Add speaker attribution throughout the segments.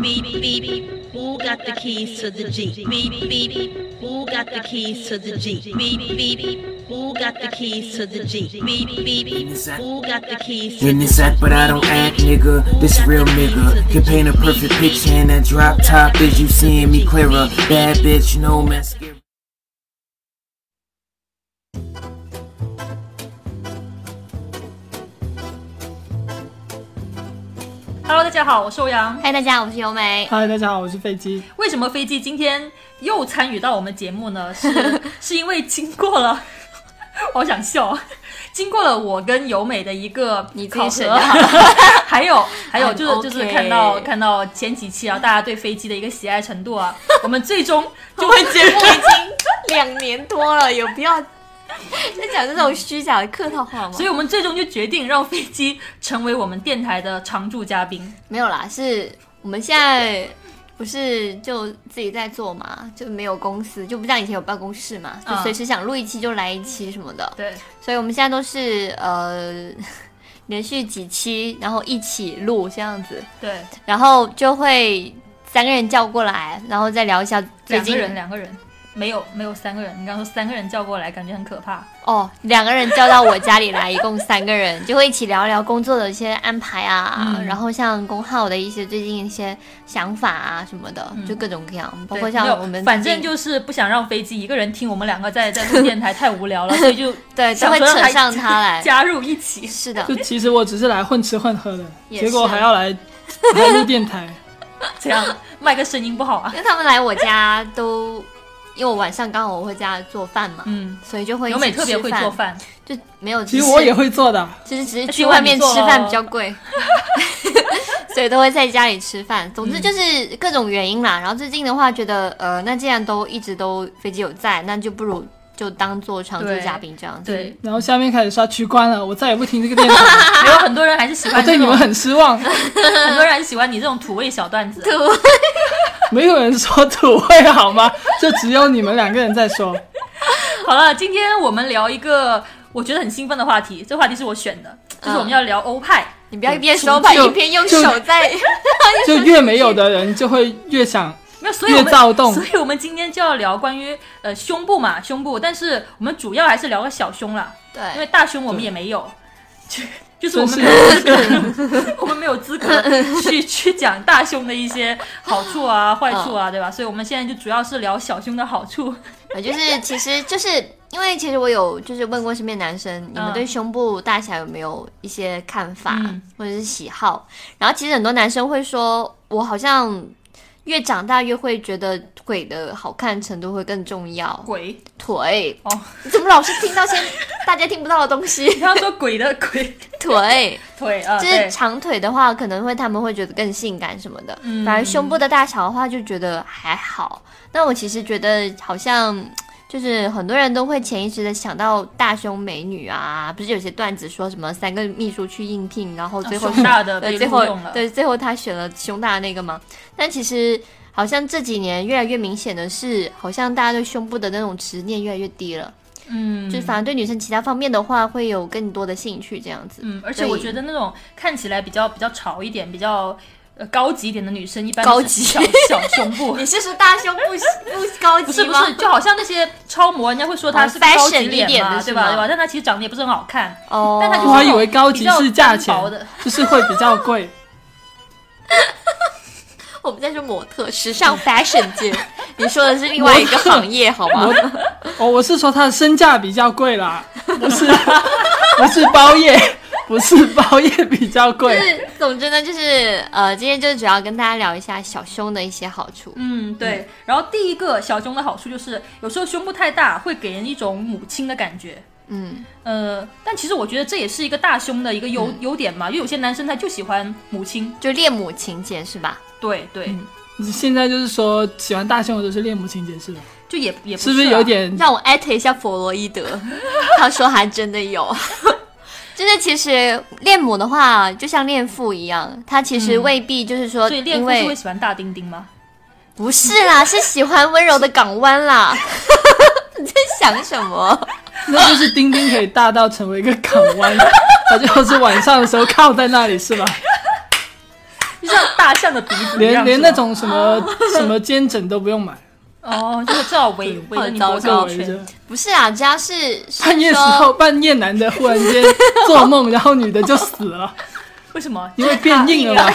Speaker 1: Beep beep, who got the keys to the Jeep? Beep beep, who got the keys to the Jeep? Beep beep, who got the keys to the Jeep? Beep beep, who got the keys?
Speaker 2: In this act, but I don't act, nigga. This real nigga can paint a perfect picture, and that drop top is you seeing me clearer. Bad bitch, no mascara.
Speaker 3: Hello，大家好，我是欧阳。
Speaker 4: 嗨，大家，我是尤美。
Speaker 5: 嗨，大家好，我是飞机。
Speaker 3: 为什么飞机今天又参与到我们节目呢？是 是因为经过了， 我好想笑啊，经过了我跟尤美的一个
Speaker 4: 你自己
Speaker 3: 考
Speaker 4: 审
Speaker 3: 核
Speaker 4: 就，
Speaker 3: 还有还有
Speaker 4: I'm
Speaker 3: 就是就是
Speaker 4: okay
Speaker 3: 看到看到前几期啊，大家对飞机的一个喜爱程度 啊，我们最终就会
Speaker 4: 节目已经两年多了，有必 要在讲这种虚假的客套话吗？
Speaker 3: 所以我们最终就决定让飞机成为我们电台的常驻嘉宾。
Speaker 4: 没有啦，是我们现在不是就自己在做嘛，就没有公司，就不像以前有办公室嘛，就
Speaker 3: 嗯
Speaker 4: 随时想录一期就来一期什么的。
Speaker 3: 对，
Speaker 4: 所以我们现在都是呃 连续几期，然后一起录这样子，
Speaker 3: 对，
Speaker 4: 然后就会三个人叫过来，然后再聊一下最
Speaker 3: 两
Speaker 4: 近
Speaker 3: 个人两个人，没有没有三个人，你刚刚说三个人叫过来，感觉很可怕。
Speaker 4: 哦，两个人叫到我家里来，一共三个人，就会一起聊聊工作的一些安排啊，
Speaker 3: 嗯
Speaker 4: 然后像公号的一些最近一些想法啊什么的，
Speaker 3: 嗯
Speaker 4: 就各种各样，包
Speaker 3: 对没
Speaker 4: 括
Speaker 3: 有
Speaker 4: 像我们
Speaker 3: 反正
Speaker 4: 最近
Speaker 3: 就是不想让飞机一个人听我们两个在在 录电台太无聊了，所以就
Speaker 4: 对都
Speaker 3: 想
Speaker 4: 会
Speaker 3: 说让
Speaker 4: 扯上他来，
Speaker 3: 加入一起。
Speaker 4: 是的
Speaker 5: 就，其实我只是来混吃混喝的，
Speaker 4: 也是
Speaker 5: 结果
Speaker 3: 啊
Speaker 5: 还要来还要录电 台，
Speaker 3: 这 样麦克声音不好啊
Speaker 4: 因？为他们来我家都，因为我晚上刚好我会家做饭嘛，
Speaker 3: 嗯，
Speaker 4: 所以就会一
Speaker 3: 尤
Speaker 4: 起
Speaker 3: 美特别
Speaker 4: 吃
Speaker 3: 会
Speaker 4: 饭
Speaker 3: 做，饭，
Speaker 4: 就没有。
Speaker 5: 其
Speaker 4: 只
Speaker 5: 实
Speaker 4: 是
Speaker 5: 我也会做的。
Speaker 4: 其实只是
Speaker 3: 那
Speaker 4: 去
Speaker 3: 请问
Speaker 4: 外
Speaker 3: 你
Speaker 4: 面吃
Speaker 3: 做了
Speaker 4: 饭
Speaker 3: 哦
Speaker 4: 比较贵， 所以都会在家里吃饭。总之就是各种原因啦。然后最近的话，觉得呃，那既然都一直都飞机有在，那就不如就当做常驻
Speaker 3: 对
Speaker 4: 嘉宾这样子。
Speaker 3: 对，
Speaker 5: 然后下面开始刷取关了，我再也不听这个电台了，
Speaker 3: 有
Speaker 4: 嗯
Speaker 3: 很多人还是喜
Speaker 5: 我
Speaker 3: 欢
Speaker 5: 哦对
Speaker 3: 这
Speaker 5: 你
Speaker 3: 种，
Speaker 5: 们
Speaker 3: 很
Speaker 5: 很 失望。
Speaker 3: 多人还是喜欢你这种土味小段子。
Speaker 5: 没有人说土味好吗？就只有你们两个人在 说。
Speaker 3: 好了，今天我们聊一个我觉得很兴奋的话题，这话题是我选的，就是我
Speaker 4: 嗯
Speaker 3: 们要聊欧派。
Speaker 4: 你不要一边说吧，
Speaker 5: 就
Speaker 4: 一边用
Speaker 5: 就
Speaker 4: 手 在。
Speaker 5: 就越没有的人，就会越想
Speaker 3: 没有，所以我
Speaker 5: 越
Speaker 3: 们
Speaker 5: 躁动
Speaker 3: 所以我们今天就要聊关于呃胸部嘛，胸部，但是我们主要还是聊个小胸啦。因为
Speaker 4: 对，
Speaker 3: 大胸我们也没有， 就就是我
Speaker 5: 真
Speaker 3: 们
Speaker 5: 是
Speaker 3: 没有资格， 我们没有资 格去去讲大胸的一些好处
Speaker 4: 嗯
Speaker 3: 啊、坏处啊，对吧？所以我们现在就主要是聊小胸的好 处。
Speaker 4: 呃就是其实就是因为其实我有就是问过身边男生，你们
Speaker 3: 嗯
Speaker 4: 对胸部大小有没有一些看法
Speaker 3: 嗯
Speaker 4: 或者是喜好？然后其实很多男生会说，我好像。越长大越会觉得腿的好看程度会更重要，
Speaker 3: 鬼，
Speaker 4: 腿
Speaker 3: 哦，
Speaker 4: 你怎么老是听到些大家听不到的东西？
Speaker 3: 你刚刚说鬼的鬼
Speaker 4: 腿，
Speaker 3: 腿啊，
Speaker 4: 就是
Speaker 3: 对，
Speaker 4: 长腿的话，可能会他们会觉得更性感什么的。
Speaker 3: 嗯
Speaker 4: 反而胸部的大小的话，就觉得还好。那我其实觉得好像。就是很多人都会潜意识的想到大胸美女啊，不是有些段子说什么三个秘书去应聘，然后最后
Speaker 3: 啊胸大的
Speaker 4: 对，
Speaker 3: 被
Speaker 4: 最
Speaker 3: 录
Speaker 4: 后
Speaker 3: 用了，
Speaker 4: 对最后他选了胸大的那个嘛。但其实好像这几年越来越明显的是，好像大家对胸部的那种执念越来越低了。
Speaker 3: 嗯，
Speaker 4: 就是反而对女生其他方面的话，会有更多的兴趣这样子。
Speaker 3: 嗯，而且我
Speaker 4: 对
Speaker 3: 觉得那种看起来比较比较潮一点、比较呃高级一点的女生，一般
Speaker 4: 高
Speaker 3: 都是
Speaker 4: 级
Speaker 3: 小小胸部。
Speaker 4: 你是说大胸不不高级吗？
Speaker 3: 不是不是，就好像那些超模，人家会说她
Speaker 4: 哦
Speaker 3: 是不是高级
Speaker 4: fashion 一点
Speaker 3: 嘛，
Speaker 4: 的是
Speaker 3: 对吧？
Speaker 4: 吗
Speaker 3: 对吧？但她其实长得也不是很好看，
Speaker 4: 哦，
Speaker 3: 但他就是
Speaker 5: 我还以为高级是
Speaker 3: 比较
Speaker 5: 价钱
Speaker 3: 单薄的，
Speaker 5: 就是会比较 贵。
Speaker 4: 我们在说模特，时尚 fashion 界，你说的是另外一个行业好吗？
Speaker 5: 哦，我是说它的身价比较贵 啦，不是不是包夜，不是包夜比较
Speaker 4: 就
Speaker 5: 贵。
Speaker 4: 是总之呢，就是呃，今天就主要跟大家聊一下小胸的一些好处。
Speaker 3: 嗯，对。然后第一个小胸的好处就是，有时候胸部太大会给人一种母亲的感觉。
Speaker 4: 嗯，
Speaker 3: 呃，但其实我觉得这也是一个大胸的一个优、优点嘛，因为有些男生他就喜欢母亲。
Speaker 4: 就恋母情节是吧？
Speaker 3: 对对，
Speaker 4: 嗯
Speaker 5: 你现在就是说喜欢大胸的都是恋母情节是吧？
Speaker 3: 就也也不啊
Speaker 5: 是
Speaker 3: 不
Speaker 5: 不是有？点？
Speaker 4: 让我艾特一下弗洛伊德，他说还真的有。 就是其实恋母的话，就像恋父一样，他其实未必就是说，
Speaker 3: 所以恋
Speaker 4: 因
Speaker 3: 父是会
Speaker 4: 为
Speaker 3: 喜欢大丁丁吗？
Speaker 4: 不是啦，是喜欢温柔的港湾啦。 你在想什么？
Speaker 5: 那就是丁丁可以大到成为一个港湾，他就是晚上的时候靠在那里是吧？
Speaker 3: 就像大象的鼻子一
Speaker 5: 连
Speaker 3: 样，
Speaker 5: 连
Speaker 3: 是吗
Speaker 5: 那种什么什么肩枕都不用买，
Speaker 3: 哦，就是至少围围着你脖子
Speaker 4: 糟
Speaker 5: 就
Speaker 4: 糕
Speaker 3: 一
Speaker 5: 围着
Speaker 3: 圈。。
Speaker 4: 不是啊，只要是是
Speaker 5: 半夜时候，
Speaker 4: 说
Speaker 5: 半夜男的忽然间做梦，然后女的就死了，
Speaker 3: 为什么？
Speaker 5: 因为变硬了嘛。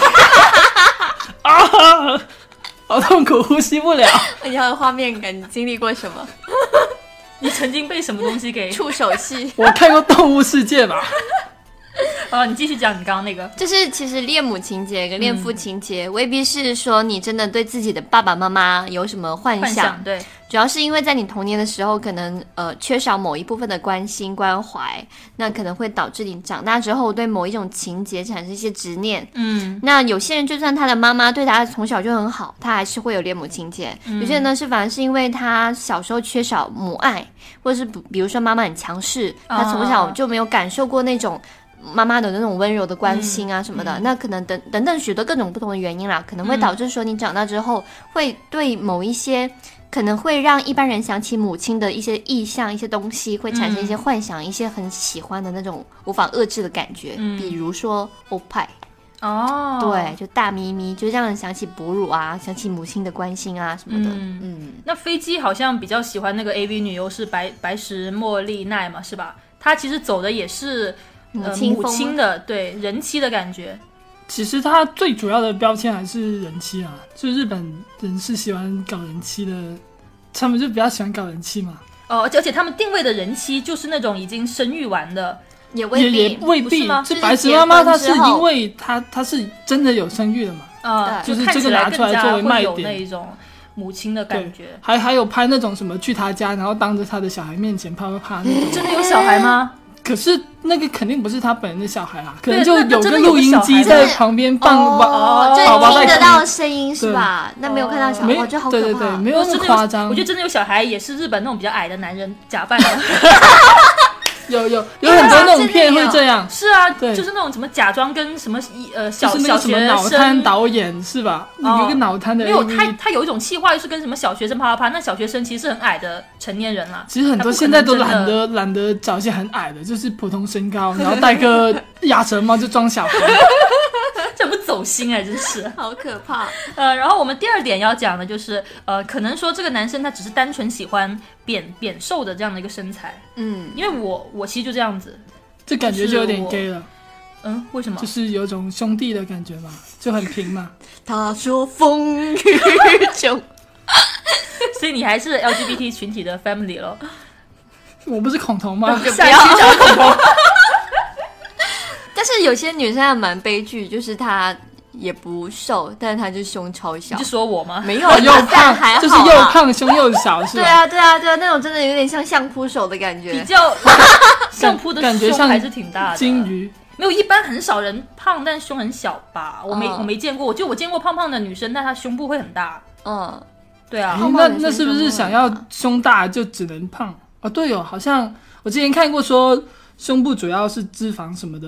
Speaker 5: 啊，好痛苦，呼吸不了。
Speaker 4: 你要有画面感，你经历过什 么？
Speaker 3: 你曾经被什么东西给？
Speaker 4: 触手戏。
Speaker 5: 我看过《动物世界》吧？
Speaker 3: 啊，你继续讲你刚刚那个。
Speaker 4: 就是其实恋母情节跟恋父情节、未必是说你真的对自己的爸爸妈妈有什么幻想，
Speaker 3: 幻想对，
Speaker 4: 主要是因为在你童年的时候，可能呃缺少某一部分的关心关怀，那可能会导致你长大之后对某一种情节产生一些执念。
Speaker 3: 嗯，
Speaker 4: 那有些人就算他的妈妈对他从小就很好，他还是会有恋母情节。
Speaker 3: 嗯
Speaker 4: 有些人呢是反而是因为他小时候缺少母爱，或者是比比如说妈妈很强势，
Speaker 3: 哦
Speaker 4: 他从小就没有感受过那种。妈妈的那种温柔的关心
Speaker 3: 嗯
Speaker 4: 啊什么的，那可能等等等许多各种不同的原因啦，可能会导致说你长大之后会对某一些可能会让一般人想起母亲的一些意象、一些东西，会产生
Speaker 3: 嗯
Speaker 4: 一些幻想，一些很喜欢的那种无法遏制的感觉，
Speaker 3: 嗯
Speaker 4: 比如说欧派。
Speaker 3: 哦，
Speaker 4: 对，，就大咪咪，就让人想起哺乳啊，想起母亲的关心啊什么的。
Speaker 3: 嗯
Speaker 4: 嗯，
Speaker 3: 那飞机好像比较喜欢那个 AV 女优是白白石茉莉奈嘛，是吧？她其实走的也是
Speaker 4: 母
Speaker 3: 呃
Speaker 4: 亲
Speaker 3: 母
Speaker 4: 风吗
Speaker 3: 亲的对人妻的感觉，
Speaker 5: 其实它最主要的标签还是人妻啊，就日本人是喜欢搞人妻的，他们就比较喜欢搞人妻嘛，
Speaker 3: 哦，而且而且他们定位的人妻就是那种已经生育完的，
Speaker 4: 也未
Speaker 5: 也
Speaker 4: 必。
Speaker 5: 也未
Speaker 3: 不
Speaker 5: 必
Speaker 3: 是吗。
Speaker 5: 这
Speaker 4: 就是
Speaker 5: 白石妈妈
Speaker 4: 结婚
Speaker 5: 她
Speaker 4: 之
Speaker 5: 是因
Speaker 4: 后
Speaker 5: 为她她是真的有生育的嘛，
Speaker 3: 啊，
Speaker 4: 对
Speaker 5: 就是
Speaker 3: 看起
Speaker 5: 这个拿
Speaker 3: 更
Speaker 5: 出来
Speaker 3: 加
Speaker 5: 作为卖
Speaker 3: 会有
Speaker 5: 点
Speaker 3: 那一种母亲的感觉。
Speaker 5: 还还有拍那种什么去她家，然后当着她的小孩面前啪啪啪那种。
Speaker 3: 真的有小孩吗？
Speaker 5: 可是那个肯定不是她本人的小孩啊，可能
Speaker 3: 对
Speaker 5: 就
Speaker 3: 那那
Speaker 5: 有
Speaker 3: 真
Speaker 5: 个
Speaker 3: 的有
Speaker 5: 录
Speaker 3: 个
Speaker 5: 音
Speaker 3: 小孩
Speaker 5: 机
Speaker 3: 吗
Speaker 5: 在旁边放
Speaker 4: 哦，
Speaker 5: 把
Speaker 4: 就
Speaker 5: 宝宝
Speaker 4: 你
Speaker 5: 在
Speaker 4: 听得
Speaker 5: 看
Speaker 4: 到声音是
Speaker 5: 对哦
Speaker 4: 吧？那没有看到
Speaker 3: 哦
Speaker 4: 小
Speaker 5: 没
Speaker 4: 孩，哇，这好可
Speaker 5: 对
Speaker 4: 怕。
Speaker 5: 对对，没有
Speaker 3: 我
Speaker 5: 那
Speaker 3: 真
Speaker 5: 么
Speaker 3: 的
Speaker 5: 夸
Speaker 3: 有，
Speaker 5: 张。
Speaker 3: 我觉得真的有小孩，也是日本那种比较矮的男人假扮的。
Speaker 5: 有有 有很多那种片会这样，
Speaker 3: 是啊，
Speaker 5: 对
Speaker 3: 就是那种什么假装跟什么一呃
Speaker 5: 就
Speaker 3: 小
Speaker 5: 是那
Speaker 3: 小
Speaker 5: 个什么
Speaker 3: 学
Speaker 5: 脑瘫
Speaker 3: 生。哦
Speaker 5: 导演是吧？有一个脑瘫的
Speaker 3: 没
Speaker 5: AV，
Speaker 3: 有，他
Speaker 4: 嗯
Speaker 3: 他有一种气话，就是跟什么小学生啪啪啪，那小学生其实是很矮的成年人啦。
Speaker 5: 其实很多
Speaker 3: 他不可能
Speaker 5: 现在都
Speaker 3: 真的
Speaker 5: 懒得懒得找一些很矮的，就是普通 身高，然后戴个鸭舌帽就装小孩。
Speaker 3: 这不走心啊，真是。
Speaker 4: 好可怕！
Speaker 3: 呃，然后我们第二点要讲的就是，呃，可能说这个男生他只是单纯喜欢扁扁瘦的这样的一个身材，
Speaker 4: 嗯，
Speaker 3: 因为我我其实就这样子，
Speaker 5: 这感觉就有点 gay 了，
Speaker 3: 嗯，为什么
Speaker 5: 就？是有种兄弟的感觉嘛，就很平嘛。
Speaker 4: 他说 风雨中，
Speaker 3: 所以你还是 LGBT 群体的 family 咯。
Speaker 5: 我不是恐同吗？
Speaker 4: 不 要。但是有些女生还蛮悲剧，就是她也不瘦，但是她就胸超小
Speaker 3: 你就，说我吗？
Speaker 4: 没有
Speaker 5: 哦又
Speaker 3: 啊
Speaker 4: 但还
Speaker 5: 胖，
Speaker 4: 好啊
Speaker 5: 就是又
Speaker 4: 啦
Speaker 5: 胖胸又小，是
Speaker 4: 对
Speaker 5: 吧？
Speaker 4: 啊，对啊，对啊，那种真的有点像相扑手的感
Speaker 3: 比
Speaker 4: 觉。
Speaker 3: 较 相扑的
Speaker 5: 感觉
Speaker 3: 胸
Speaker 5: 像
Speaker 3: 还是挺大的，
Speaker 5: 金鱼
Speaker 3: 没有一般很少人胖但胸很小吧？我没、
Speaker 4: 嗯
Speaker 3: 我没见过，我就我见过胖胖的女生，但她胸部会很大。
Speaker 4: 嗯，
Speaker 3: 对啊，
Speaker 5: 诶
Speaker 4: 胖
Speaker 5: 那
Speaker 4: 胖的
Speaker 5: 那是不是
Speaker 4: 胸
Speaker 5: 想
Speaker 4: 大
Speaker 5: 要胸大就只能胖？哦，对哦，好像我之前看过说胸部主要是脂肪什么的，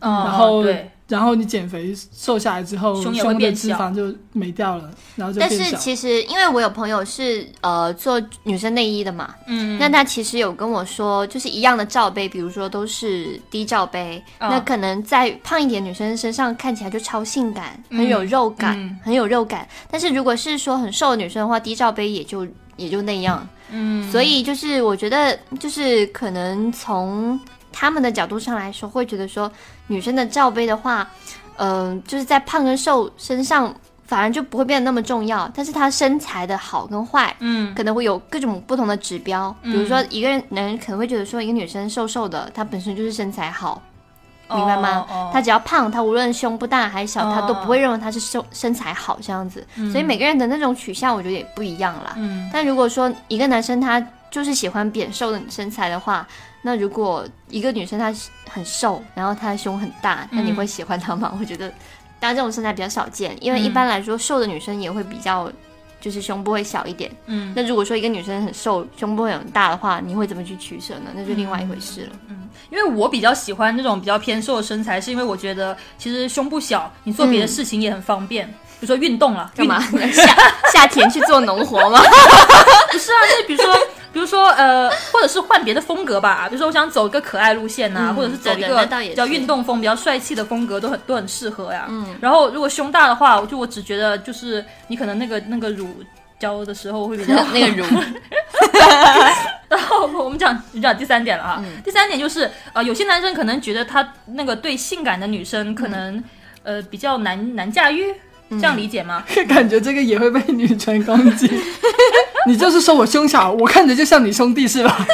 Speaker 3: 嗯，
Speaker 5: 然后
Speaker 3: 对，
Speaker 5: 然后你减肥瘦下来之后，
Speaker 3: 胸
Speaker 5: 胸
Speaker 3: 也会
Speaker 5: 的
Speaker 3: 变
Speaker 5: 脂
Speaker 3: 小
Speaker 5: 肪就没掉了，然后就
Speaker 4: 但
Speaker 5: 变
Speaker 4: 是
Speaker 5: 小。
Speaker 4: 其实因为我有朋友是呃做女生内衣的嘛，
Speaker 3: 嗯，
Speaker 4: 那他其实有跟我说，就是一样的罩杯，比如说都是低罩杯，
Speaker 3: 嗯
Speaker 4: 那可能在胖一点女生身上看起来就超性感，很有肉感，
Speaker 3: 嗯
Speaker 4: 很有肉感。但是如果是说很瘦的女生的话，低罩杯也就也就那样。
Speaker 3: 嗯，
Speaker 4: 所以就是我觉得，就是可能从他们的角度上来说，会觉得说女生的罩杯的话，嗯、就是在胖跟瘦身上反而就不会变得那么重要，但是她身材的好跟坏。
Speaker 3: 嗯
Speaker 4: 可能会有各种不同的指标，比如说一个人人可能会觉得说一个女生瘦瘦的，她本身就是身材好，明白吗？
Speaker 3: 哦哦
Speaker 4: 她只要胖，她无论胸部大还是小，
Speaker 3: 哦
Speaker 4: 她都不会认为她是身身材好这样子。所以每个人的那种取向，我觉得也不一样啦。
Speaker 3: 嗯
Speaker 4: 但如果说一个男生他就是喜欢扁瘦的身材的话，那如果一个女生她很瘦，然后她的胸很大，那你会喜欢她吗？我觉得，当然这种身材比较少见，因为一般来说瘦的女生也会比较。就是胸部会小一点，
Speaker 3: 嗯
Speaker 4: 那如果说一个女生很瘦，胸部会很大的话，你会怎么去取舍呢？那就另外一回事了。
Speaker 3: 因为我比较喜欢那种比较偏瘦的身材，是因为我觉得其实胸部小，你做别的事情也很方便，比如说运动了，
Speaker 4: 嗯 干嘛
Speaker 3: 运
Speaker 4: 夏夏天去做农活吗？
Speaker 3: 不是啊，就是比如说比如说呃，或者是换别的风格吧，比如说我想走一个可爱路线呐、
Speaker 4: 嗯
Speaker 3: 或者是走一
Speaker 4: 对对那
Speaker 3: 个
Speaker 4: 倒也
Speaker 3: 比较
Speaker 4: 是
Speaker 3: 运动风、比较帅气的风格，都很都很适合呀。嗯，然后如果胸大的话，我就我只觉得就是你可能那个那个乳胶的时候会比 较
Speaker 4: 那个乳，
Speaker 3: 然后我们讲我们讲第三点了啊，
Speaker 4: 嗯
Speaker 3: 第三点就是呃，有些男生可能觉得他那个对性感的女生可能、
Speaker 4: 嗯
Speaker 3: 呃比较难难驾驭，这样理解 吗？
Speaker 5: 感觉这个也会被女权攻击。你就是说我胸小，我看着就像你兄弟 是吧？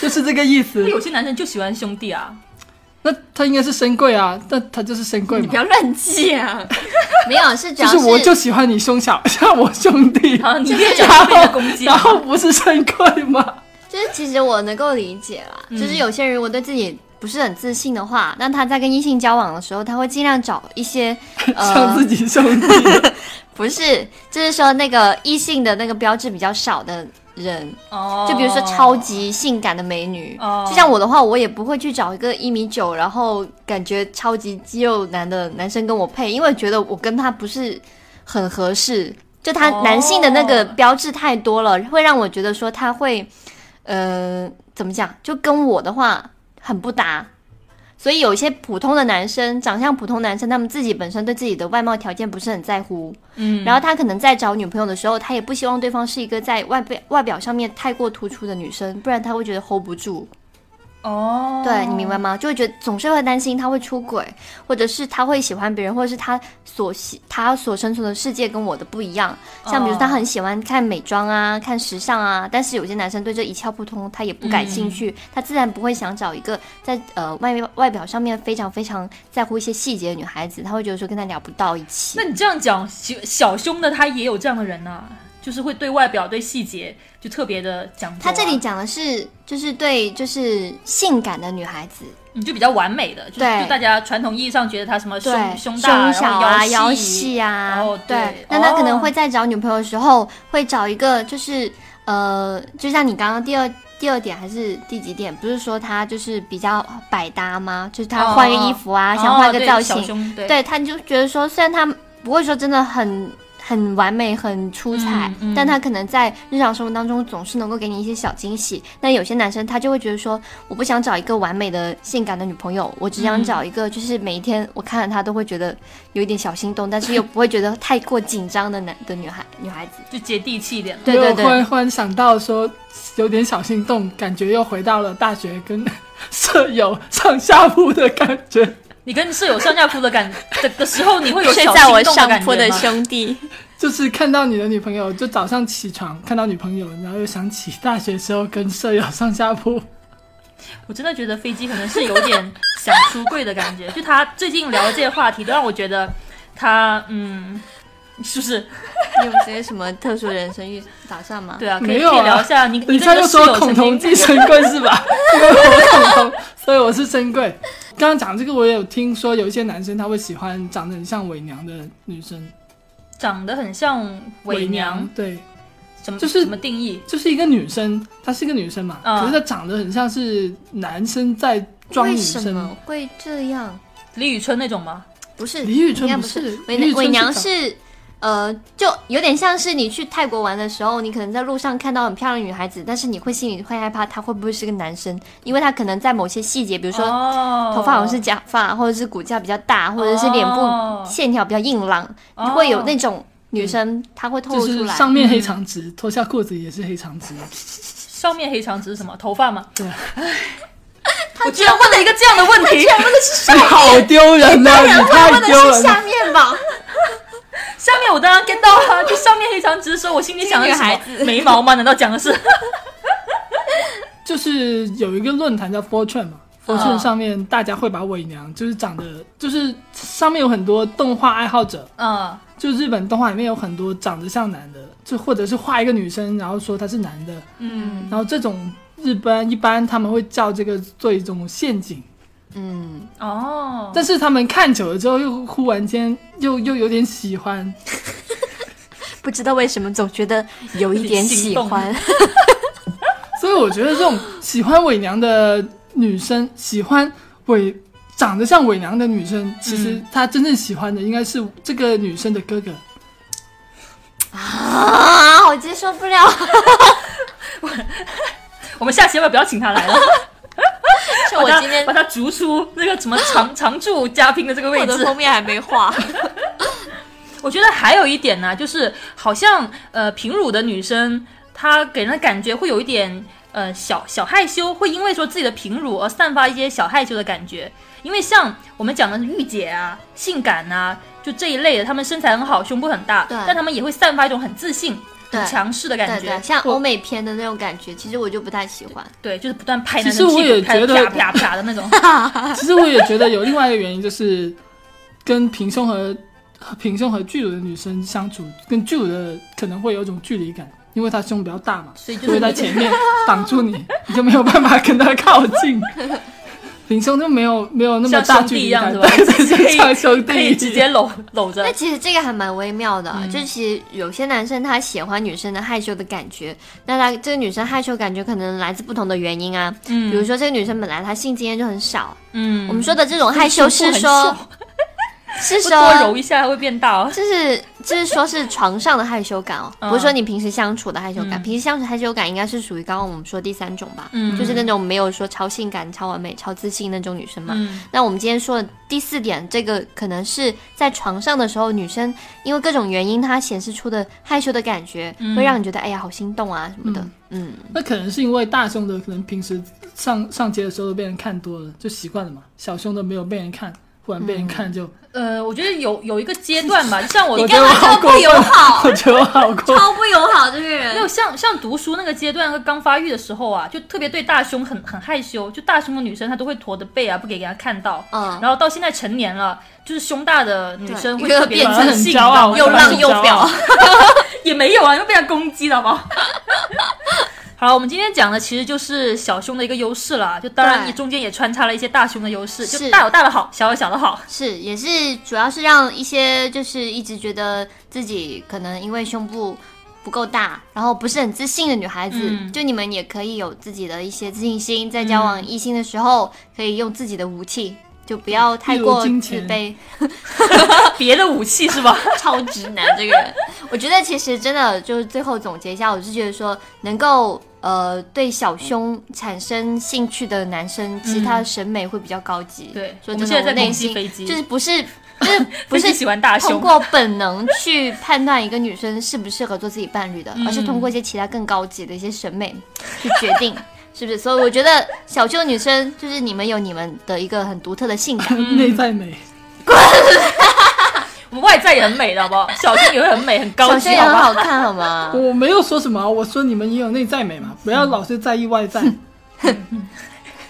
Speaker 5: 就是这个意思
Speaker 4: 哎
Speaker 3: 因为。有些男生就喜欢兄弟啊，
Speaker 5: 那他应该是深贵啊，但他就是深贵
Speaker 4: 你不
Speaker 5: 嘛。
Speaker 4: 要乱记啊！ 没有，是主
Speaker 5: 就
Speaker 4: 要
Speaker 5: 是我就喜欢你胸小，像我兄弟。
Speaker 3: 然后你
Speaker 4: 就是
Speaker 3: 越
Speaker 5: 然
Speaker 3: 讲越被
Speaker 5: 后
Speaker 3: 攻击，啊
Speaker 5: 然后不是深贵吗？
Speaker 4: 就是其实我能够理解啦，
Speaker 3: 嗯
Speaker 4: 就是有些人如果对自己不是很自信的话，那他在跟异性交往的时候，他会尽量找一些
Speaker 5: 像
Speaker 4: 呃
Speaker 5: 自，己兄弟。
Speaker 4: 不是，就是说那个异性的那个标志比较少的人，
Speaker 3: 哦，
Speaker 4: 就比如说超级性感的美女。
Speaker 3: 哦，
Speaker 4: 就像我的话，我也不会去找一个一米九，然后感觉超级肌肉男的男生跟我配，因为觉得我跟他不是很合适。就他
Speaker 3: 哦
Speaker 4: 男性的那个标志太多了，会让我觉得说他会，呃，怎么讲？就跟我的话很不搭。所以有一些普通的男生，长相普通男生，他们自己本身对自己的外貌条件不是很在乎，
Speaker 3: 嗯，
Speaker 4: 然后他可能在找女朋友的时候，他也不希望对方是一个在外表外表上面太过突出的女生，不然他会觉得 hold 不住。
Speaker 3: 哦，
Speaker 4: 对你明白吗？就会觉得总是会担心他会出轨，或者是他会喜欢别人，或者是他所喜他所生存的世界跟我的不一样。像比如
Speaker 3: 哦
Speaker 4: 他很喜欢看美妆啊，看时尚啊，但是有些男生对这一窍不通，他也不感
Speaker 3: 嗯
Speaker 4: 兴趣，他自然不会想找一个在呃外面外表上面非常非常在乎一些细节的女孩子，他会觉得说跟他聊不到一起
Speaker 3: 那。你这样讲，小小胸的他也有这样的人呐、啊就是会对外表、对细节就特别的讲究啊、
Speaker 4: 他这里讲的是，就是对，就是性感的女孩子，
Speaker 3: 你就比较完美的，就是
Speaker 4: 对
Speaker 3: 就大家传统意义上觉得他什么
Speaker 4: 对
Speaker 3: 胸大、
Speaker 4: 小
Speaker 3: 然
Speaker 4: 啊、
Speaker 3: 后腰
Speaker 4: 细啊，
Speaker 3: 然后对
Speaker 4: 那他可能
Speaker 3: 哦
Speaker 4: 会在找女朋友的时候，会找一个就是呃，就像你刚刚第二第二点还是第几点，不是说他就是比较百搭吗？就是他换个衣服啊，
Speaker 3: 哦
Speaker 4: 想换个
Speaker 3: 对
Speaker 4: 造
Speaker 3: 小
Speaker 4: 型，
Speaker 3: 胸对
Speaker 4: 对，他就觉得说，虽然他不会说真的很很完美、很出彩，
Speaker 3: 嗯嗯
Speaker 4: 但他可能在日常生活当中总是能够给你一些小惊喜。那有些男生他就会觉得说，我不想找一个完美的、性感的女朋友，我只想
Speaker 3: 嗯
Speaker 4: 找一个就是每一天我看着她都会觉得有一点小 心动，但是又不会觉得太过紧张的男的女孩女孩子。
Speaker 3: 就接地气一点。
Speaker 4: 对对
Speaker 5: 我忽
Speaker 4: 对
Speaker 5: 然忽然想到说，有点小心动，感觉又回到了大学跟舍友上下铺的感觉，
Speaker 3: 你跟室友上下铺的感的的时候，你会有
Speaker 4: 睡
Speaker 3: 小
Speaker 4: 在我
Speaker 3: 心动
Speaker 4: 上
Speaker 3: 感
Speaker 4: 铺
Speaker 3: 觉
Speaker 4: 的
Speaker 3: 吗？
Speaker 4: 兄弟，
Speaker 5: 就是看到你的女朋友，就早上起床看到女朋友，然后又想起大学时候跟舍友上下铺，
Speaker 3: 我真的觉得飞机可能是有点想出柜的感觉。就他最近聊的这些话题，都让我觉得他嗯，是不是？
Speaker 4: 你有这些什么特殊人生遇打算吗？
Speaker 3: 对啊，可以
Speaker 5: 没有啊
Speaker 3: 可以聊一下你你
Speaker 5: 你
Speaker 3: 跟
Speaker 5: 他
Speaker 3: 你
Speaker 5: 就
Speaker 3: 的室
Speaker 5: 说
Speaker 3: 友
Speaker 5: 孔
Speaker 3: 曾
Speaker 5: 同
Speaker 3: 经
Speaker 5: 即 深贵是吧？因为我孔同，所以我是深贵。刚刚讲这个，我也有听说有一些男生他会喜欢长得很像伪娘的女生，
Speaker 3: 长得很像伪娘，
Speaker 5: 对，
Speaker 3: 什么
Speaker 5: 就是
Speaker 3: 什么定义？
Speaker 5: 就是一个女生，她是一个女生嘛，
Speaker 3: 嗯
Speaker 5: 可是她长得很像是男生在装
Speaker 4: 为
Speaker 5: 女
Speaker 4: 什么
Speaker 5: 生。
Speaker 4: 会这样？
Speaker 3: 李宇春那种吗？
Speaker 4: 不是
Speaker 5: 李宇春
Speaker 4: 应该
Speaker 5: 不
Speaker 4: 不是
Speaker 5: 是，
Speaker 4: 伪
Speaker 5: 李宇
Speaker 4: 娘
Speaker 5: 春
Speaker 4: 伪娘
Speaker 5: 是
Speaker 4: 是，呃，就有点像是你去泰国玩的时候，你可能在路上看到很漂亮的女孩子，但是你会心里会害怕她会不会是个男生，因为她可能在某些细节，比如说
Speaker 3: 哦，
Speaker 4: 头发好像是假发，或者是骨架比较大，或者是脸
Speaker 3: 哦
Speaker 4: 部线条比较硬朗，
Speaker 3: 哦
Speaker 4: 会有那种女生她会透
Speaker 5: 就
Speaker 4: 露
Speaker 5: 是
Speaker 4: 出来。嗯
Speaker 5: 上面黑长直，脱下裤子也是黑长直。
Speaker 3: 上面黑长直是什么？头发吗？
Speaker 5: 对啊，
Speaker 3: 我居然问了一个这样的 问 题，
Speaker 5: 你好丢人呐、你太
Speaker 4: 问的
Speaker 5: 丢
Speaker 4: 是
Speaker 5: 人
Speaker 4: 下
Speaker 5: 了！
Speaker 4: 面吧？
Speaker 3: 下面我当然 get 到 了，就上面黑长直的时候，我心里想的是什
Speaker 4: 这个
Speaker 3: 么？眉毛吗？难道讲的 是？
Speaker 5: 就是有一个论坛叫 Fortune 嘛，Fortune
Speaker 3: 嗯
Speaker 5: 上面大家会把伪娘就是长得，就是上面有很多动画爱好者，
Speaker 3: 嗯，
Speaker 5: 就日本动画里面有很多长得像男的，就或者是画一个女生，然后说她是男的，
Speaker 3: 嗯，
Speaker 5: 然后这种日本一般他们会叫这个做一种陷阱，
Speaker 4: 嗯，
Speaker 3: 哦，
Speaker 5: 但是他们看久了之后又忽然间又又有点喜欢，
Speaker 4: 不知道为什么总觉得有一点喜欢。
Speaker 5: 所以我觉得这种喜欢伪娘的女生，喜欢伪长得像伪娘的女生，其
Speaker 3: 嗯
Speaker 5: 实她真正喜欢的应该是这个女生的哥哥。
Speaker 4: 啊，我接受不了。
Speaker 3: 我们下期要不要不要请他来了？
Speaker 4: 趁 我
Speaker 3: 把他
Speaker 4: 今天
Speaker 3: 把他逐出那个什么常常驻嘉宾的这个位
Speaker 4: 我的
Speaker 3: 置。
Speaker 4: 封面还没画，
Speaker 3: 我觉得还有一点呢，就是好像呃平乳的女生，她给人的感觉会有一点呃小小害羞，会因为说自己的平乳而散发一些小害羞的感觉。因为像我们讲的御姐啊、性感啊，就这一类的，她们身材很好，胸部很大，
Speaker 4: 对
Speaker 3: 但她们也会散发一种很自信、很
Speaker 4: 对
Speaker 3: 强势的感
Speaker 4: 对
Speaker 3: 觉
Speaker 4: 对，。像
Speaker 5: 我
Speaker 4: 欧美片的那种感觉，其实我就不太喜欢。
Speaker 3: 对，就是不断拍
Speaker 5: 其
Speaker 3: 男
Speaker 5: 实
Speaker 3: 生
Speaker 5: 我
Speaker 3: 屁
Speaker 5: 也
Speaker 3: 股，拍
Speaker 5: 觉
Speaker 3: 得
Speaker 5: 得
Speaker 3: 啪啪啪的那 种。
Speaker 5: 其实我也觉得有另外一个原因，就是跟平胸和和平胸和巨乳的女生相处，跟巨乳的可能会有一种距离感，因为她胸比较大嘛，
Speaker 3: 所以就是
Speaker 5: 会在前面挡住你，你就没有办法跟她靠近。 平胸就没有没有那么
Speaker 3: 像
Speaker 5: 大
Speaker 3: 兄
Speaker 5: 距
Speaker 3: 弟一
Speaker 5: 离
Speaker 3: 样
Speaker 5: 感，
Speaker 3: 是吧？
Speaker 5: 对对
Speaker 3: 可
Speaker 5: 对，
Speaker 3: 以
Speaker 5: 像兄弟
Speaker 3: 可以直接搂搂着
Speaker 4: 那。其实这个还蛮微妙的，啊
Speaker 3: 嗯
Speaker 4: 就是其实有些男生他喜欢女生的害羞的感觉，那他这个女生害羞感觉可能来自不同的原因啊，
Speaker 3: 嗯
Speaker 4: 比如说这个女生本来她性经验就很少，
Speaker 3: 嗯，
Speaker 4: 我们说的这种害羞
Speaker 3: 胸 部很
Speaker 4: 是说
Speaker 3: 小
Speaker 4: 是
Speaker 3: 不多揉
Speaker 4: 说。
Speaker 3: 一下 它会变大哦。
Speaker 4: 就是就是说是床上的害羞感哦，
Speaker 3: 嗯
Speaker 4: 不是说你平时相处的害羞感。
Speaker 3: 嗯
Speaker 4: 平时相处害羞感应该是属于刚刚我们说第三种吧，
Speaker 3: 嗯
Speaker 4: 就是那种没有说超性感、超完美、超自信那种女生嘛。
Speaker 3: 嗯
Speaker 4: 那我们今天说的第四点，这个可能是在床上的时候，女生因为各种原因，她显示出的害羞的感觉，
Speaker 3: 嗯
Speaker 4: 会让你觉得哎呀好心动啊什么的。嗯，
Speaker 5: 那可能是因为大胸的，可能平时上上街的时候都被人看多了，就习惯了嘛。小胸的没有被人看，忽然被人看就，
Speaker 4: 嗯
Speaker 3: 呃，我觉得有有一个阶段吧，就像我
Speaker 5: 我觉得我好过分，我觉得我好 过分。
Speaker 4: 不友好这个
Speaker 3: 没
Speaker 4: 人。
Speaker 3: 有像像读书那个阶段和刚发育的时候啊，就特别对大胸很很害羞，就大胸的女生她都会驼着背啊，不给人家看到。
Speaker 4: 嗯
Speaker 3: 然后到现在成年了，就是胸大的女生会
Speaker 4: 对
Speaker 3: 特别
Speaker 4: 变
Speaker 5: 成
Speaker 3: 性
Speaker 5: 骄傲
Speaker 3: 感
Speaker 4: 又
Speaker 5: 我
Speaker 4: 浪又婊，
Speaker 3: 也没有啊，又被他攻击了吧？ 好，我们今天讲的其实就是小胸的一个优势了，就当然
Speaker 4: 对
Speaker 3: 你中间也穿插了一些大胸的优势，就是大有大的好，小有小的好。
Speaker 4: 是也是主要是让一些就是一直觉得自己可能因为胸部不够大，然后不是很自信的女孩子，
Speaker 3: 嗯
Speaker 4: 就你们也可以有自己的一些自信心，
Speaker 5: 嗯
Speaker 4: 在交往异性的时候，可以用自己的武器。就不要太
Speaker 5: 例如
Speaker 4: 过
Speaker 5: 金
Speaker 4: 自
Speaker 5: 钱
Speaker 4: 卑，
Speaker 3: 别的武器是吧？
Speaker 4: 超直男这个人，我觉得其实真的就是最后总结一下，我是觉得说能够呃对小胸产生兴趣的男生，其实他的审美会比较高级。
Speaker 3: 嗯对
Speaker 4: 所
Speaker 3: 我们
Speaker 4: 以真
Speaker 3: 现在
Speaker 4: 的
Speaker 3: 在
Speaker 4: 内
Speaker 3: 攻击
Speaker 4: 心
Speaker 3: 飞机
Speaker 4: 就是不是就是不
Speaker 3: 飞
Speaker 4: 是
Speaker 3: 机喜欢大胸
Speaker 4: 通过本能去判断一个女生适不适合做自己伴侣的，而是通
Speaker 3: 嗯
Speaker 4: 过一些其他更高级的一些审美去决定。是不是？所以我觉得小胸女生就是你们有你们的一个很独特的性感，
Speaker 3: 嗯
Speaker 5: 内在美，
Speaker 3: 我们外在也很美的，好不 好？小胸也会很美，很高
Speaker 4: 小
Speaker 3: 级
Speaker 4: 胸，也
Speaker 3: 好
Speaker 4: 很
Speaker 3: 不好？
Speaker 4: 好看，好吗？
Speaker 5: 我没有说什么啊，我说你们也有内在美嘛，
Speaker 4: 嗯
Speaker 5: 不要老是在意外在。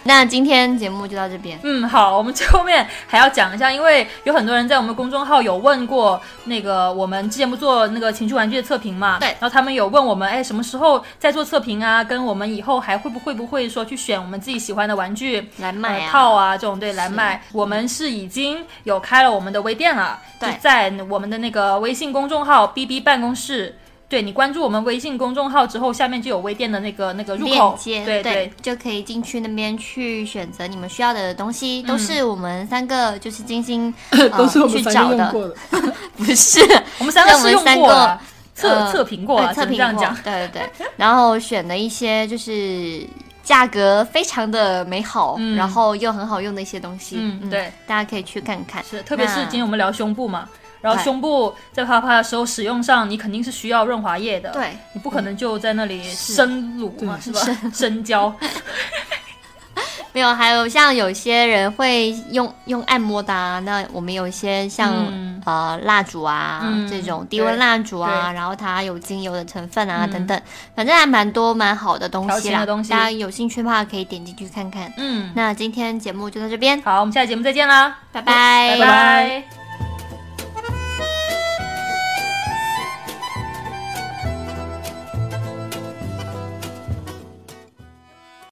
Speaker 4: 那今天节目就到这边。
Speaker 3: 嗯，好，我们最后面还要讲一下，因为有很多人在我们公众号有问过那个我们之前不做那个情趣玩具的测评嘛，
Speaker 4: 对
Speaker 3: 然后他们有问我们，哎，什么时候再做测评啊？跟我们以后还会不会不会说去选我们自己喜欢的玩具
Speaker 4: 来卖啊
Speaker 3: 呃套啊这种对来卖？我们是已经有开了我们的微店了，
Speaker 4: 对
Speaker 3: 就在我们的那个微信公众号 “B B 办公室”。对你关注我们微信公众号之后，下面就有微店的那个那个入口
Speaker 4: 链，接，
Speaker 3: 对
Speaker 4: 就可以进去那边去选择你们需要的东
Speaker 3: 嗯
Speaker 4: 西，都是我们三个就是精 心呃
Speaker 5: 都是我们
Speaker 4: 去
Speaker 5: 三
Speaker 4: 找
Speaker 5: 个用
Speaker 4: 的，
Speaker 5: 过的，
Speaker 4: 不是
Speaker 3: 我们三个
Speaker 4: 那我
Speaker 3: 是
Speaker 4: 们
Speaker 3: 用
Speaker 4: 三
Speaker 3: 过
Speaker 4: 个
Speaker 3: 了，测
Speaker 4: 呃
Speaker 3: 测评过了，
Speaker 4: 对测
Speaker 3: 只能
Speaker 4: 评
Speaker 3: 这样
Speaker 4: 过
Speaker 3: 讲。
Speaker 4: 对对对，然后选了一些就是价格非常的美好，
Speaker 3: 嗯
Speaker 4: 然后又很好用的一些东西，
Speaker 3: 嗯对，
Speaker 4: 大家可以去看看，
Speaker 3: 是，特别是
Speaker 4: 那
Speaker 3: 今天我们聊胸部嘛，然后
Speaker 4: 嗯对
Speaker 3: 胸部在啪啪的时候使用上，你肯定是需要润滑液的，
Speaker 4: 对，嗯
Speaker 3: 你不可能就在那里生乳嘛， 是吧？生胶，
Speaker 4: 没有，还有像有些人会用用按摩的、啊，那我们有一些像、
Speaker 3: 嗯
Speaker 4: 呃蜡烛啊、
Speaker 3: 嗯
Speaker 4: 这种低温蜡烛啊，
Speaker 3: 对
Speaker 4: 然后它有精油的成分啊、
Speaker 3: 嗯
Speaker 4: 等等，反正还蛮多蛮好的东
Speaker 3: 调
Speaker 4: 西
Speaker 3: 情
Speaker 4: 啦。
Speaker 3: 的东西
Speaker 4: 大家有兴趣的话可以点进去看看。
Speaker 3: 嗯，
Speaker 4: 那今天节目就到这边，
Speaker 3: 好，我们下期节目再见啦，
Speaker 4: 拜拜
Speaker 3: 拜拜